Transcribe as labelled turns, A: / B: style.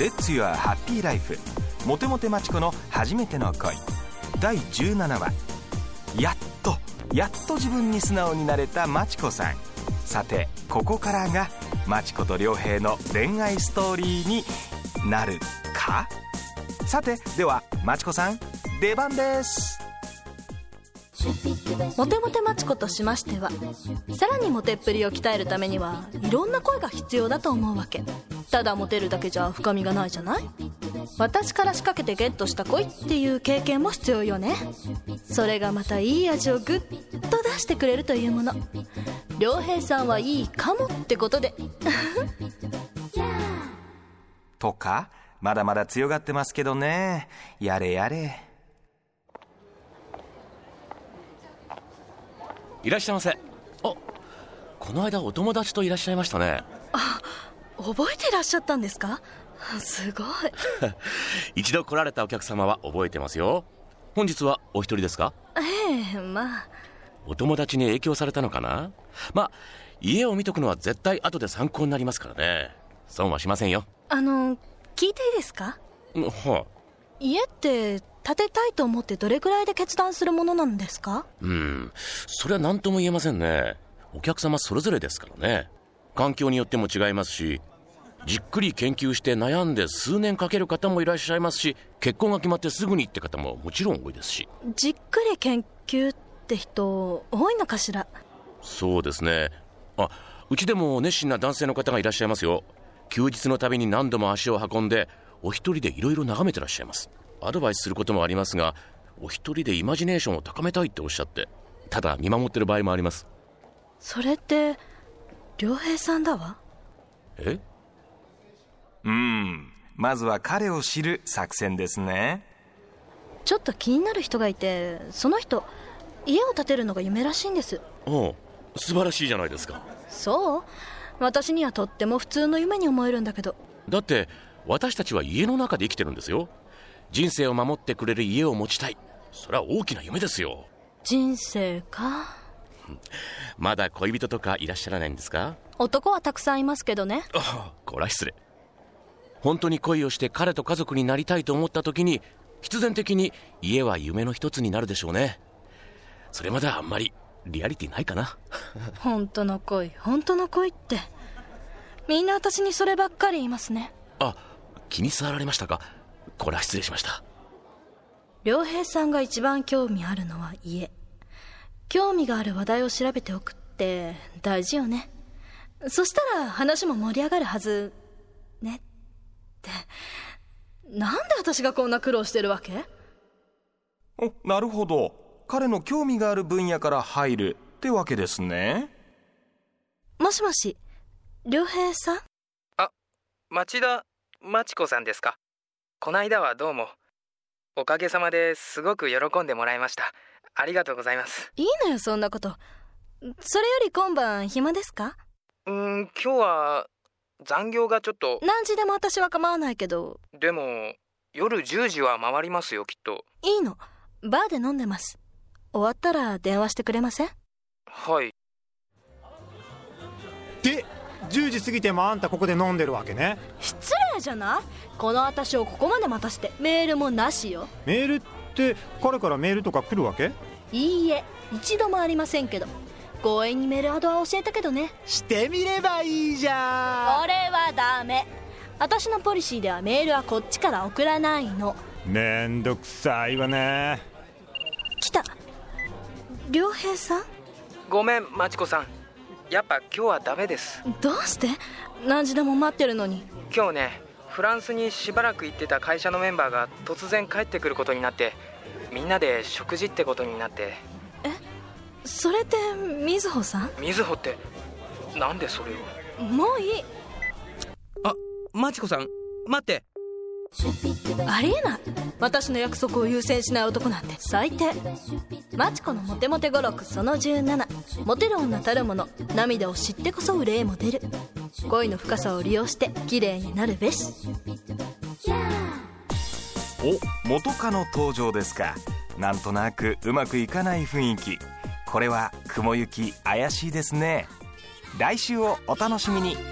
A: レッツ・ユア・ハッピー・ライフモテモテマチコの初めての恋第17話やっとやっと自分に素直になれたマチコさんさてここからがマチコと良平の恋愛ストーリーになるかさてではマチコさん出番です
B: モテモテマチコとしましてはさらにモテっぷりを鍛えるためにはいろんな声が必要だと思うわけただモテるだけじゃ深みがないじゃない私から仕掛けてゲットした恋っていう経験も必要よねそれがまたいい味をグッと出してくれるというもの良平さんはいいかもってことで
A: とかまだまだ強がってますけどねやれやれ
C: いらっしゃいませあこの間お友達といらっしゃいましたね
B: 覚えてらっしゃったんですかすごい
C: 一度来られたお客様は覚えてますよ本日はお一人ですか
B: ええまあ
C: お友達に影響されたのかなまあ家を見とくのは絶対後で参考になりますからね損はしませんよ
B: あの聞いていいですか
C: うんはあ
B: 家って建てたいと思ってどれくらいで決断するものなんですか
C: うんそれは何とも言えませんねお客様それぞれですからね環境によっても違いますしじっくり研究して悩んで数年かける方もいらっしゃいますし結婚が決まってすぐにって方ももちろん多いですし
B: じっくり研究って人多いのかしら
C: そうですねあうちでも熱心な男性の方がいらっしゃいますよ休日のたびに何度も足を運んでお一人でいろいろ眺めてらっしゃいますアドバイスすることもありますがお一人でイマジネーションを高めたいっておっしゃってただ見守ってる場合もあります
B: それって良平さんだわ
C: え
A: うんまずは彼を知る作戦ですね
B: ちょっと気になる人がいてその人家を建てるのが夢らしいんです
C: おう素晴らしいじゃないですか
B: そう私にはとっても普通の夢に思えるんだけど
C: だって私たちは家の中で生きてるんですよ人生を守ってくれる家を持ちたいそれは大きな夢ですよ
B: 人生か
C: まだ恋人とかいらっしゃらないんですか
B: 男はたくさんいますけどね
C: ああ こら失礼本当に恋をして彼と家族になりたいと思った時に必然的に家は夢の一つになるでしょうねそれまではあんまりリアリティないかな
B: 本当の恋本当の恋ってみんな私にそればっかり言いますね
C: あ気に障られましたかこら失礼しました
B: 良平さんが一番興味あるのは家興味がある話題を調べておくって大事よねそしたら話も盛り上がるはずねってなんで私がこんな苦労してるわけ
A: おなるほど彼の興味がある分野から入るってわけですね
B: もしもし良平さん
D: 町田町子さんですかこないだはどうもおかげさまですごく喜んでもらいましたありがとうございます
B: いいのよそんなことそれより今晩暇ですか
D: うーん今日は残業がちょっと
B: 何時でも私は構わないけど
D: でも夜10時は回りますよきっと
B: いいのバーで飲んでます終わったら電話してくれません
D: はい
E: で10時過ぎてもあんたここで飲んでるわけね
B: 失礼じゃないこの私をここまで待たせてメールもなしよ
E: メールって彼からメールとか来るわけ
B: いいえ一度もありませんけど強引にメールアドは教えたけどね
E: してみればいいじゃ
B: これはダメ私のポリシーではメールはこっちから送らないの
E: んめんどくさいわね
B: 来た良平さん
D: ごめん町子さんやっぱ今日はダメです
B: どうして何時でも待ってるのに
D: 今日ねフランスにしばらく行ってた会社のメンバーが突然帰ってくることになってみんなで食事ってことになって
B: それってみずほさん
D: みずほってなんでそれを
B: もういい
D: 町子さん待って
B: ありえない私の約束を優先しない男なんて最低マチコのモテモテ語録その17モテる女たるもの涙を知ってこそ憂いも出る恋の深さを利用して綺麗になるべし
A: お元カノ登場ですかなんとなくうまくいかない雰囲気これは雲行き怪しいですね来週をお楽しみに
F: 「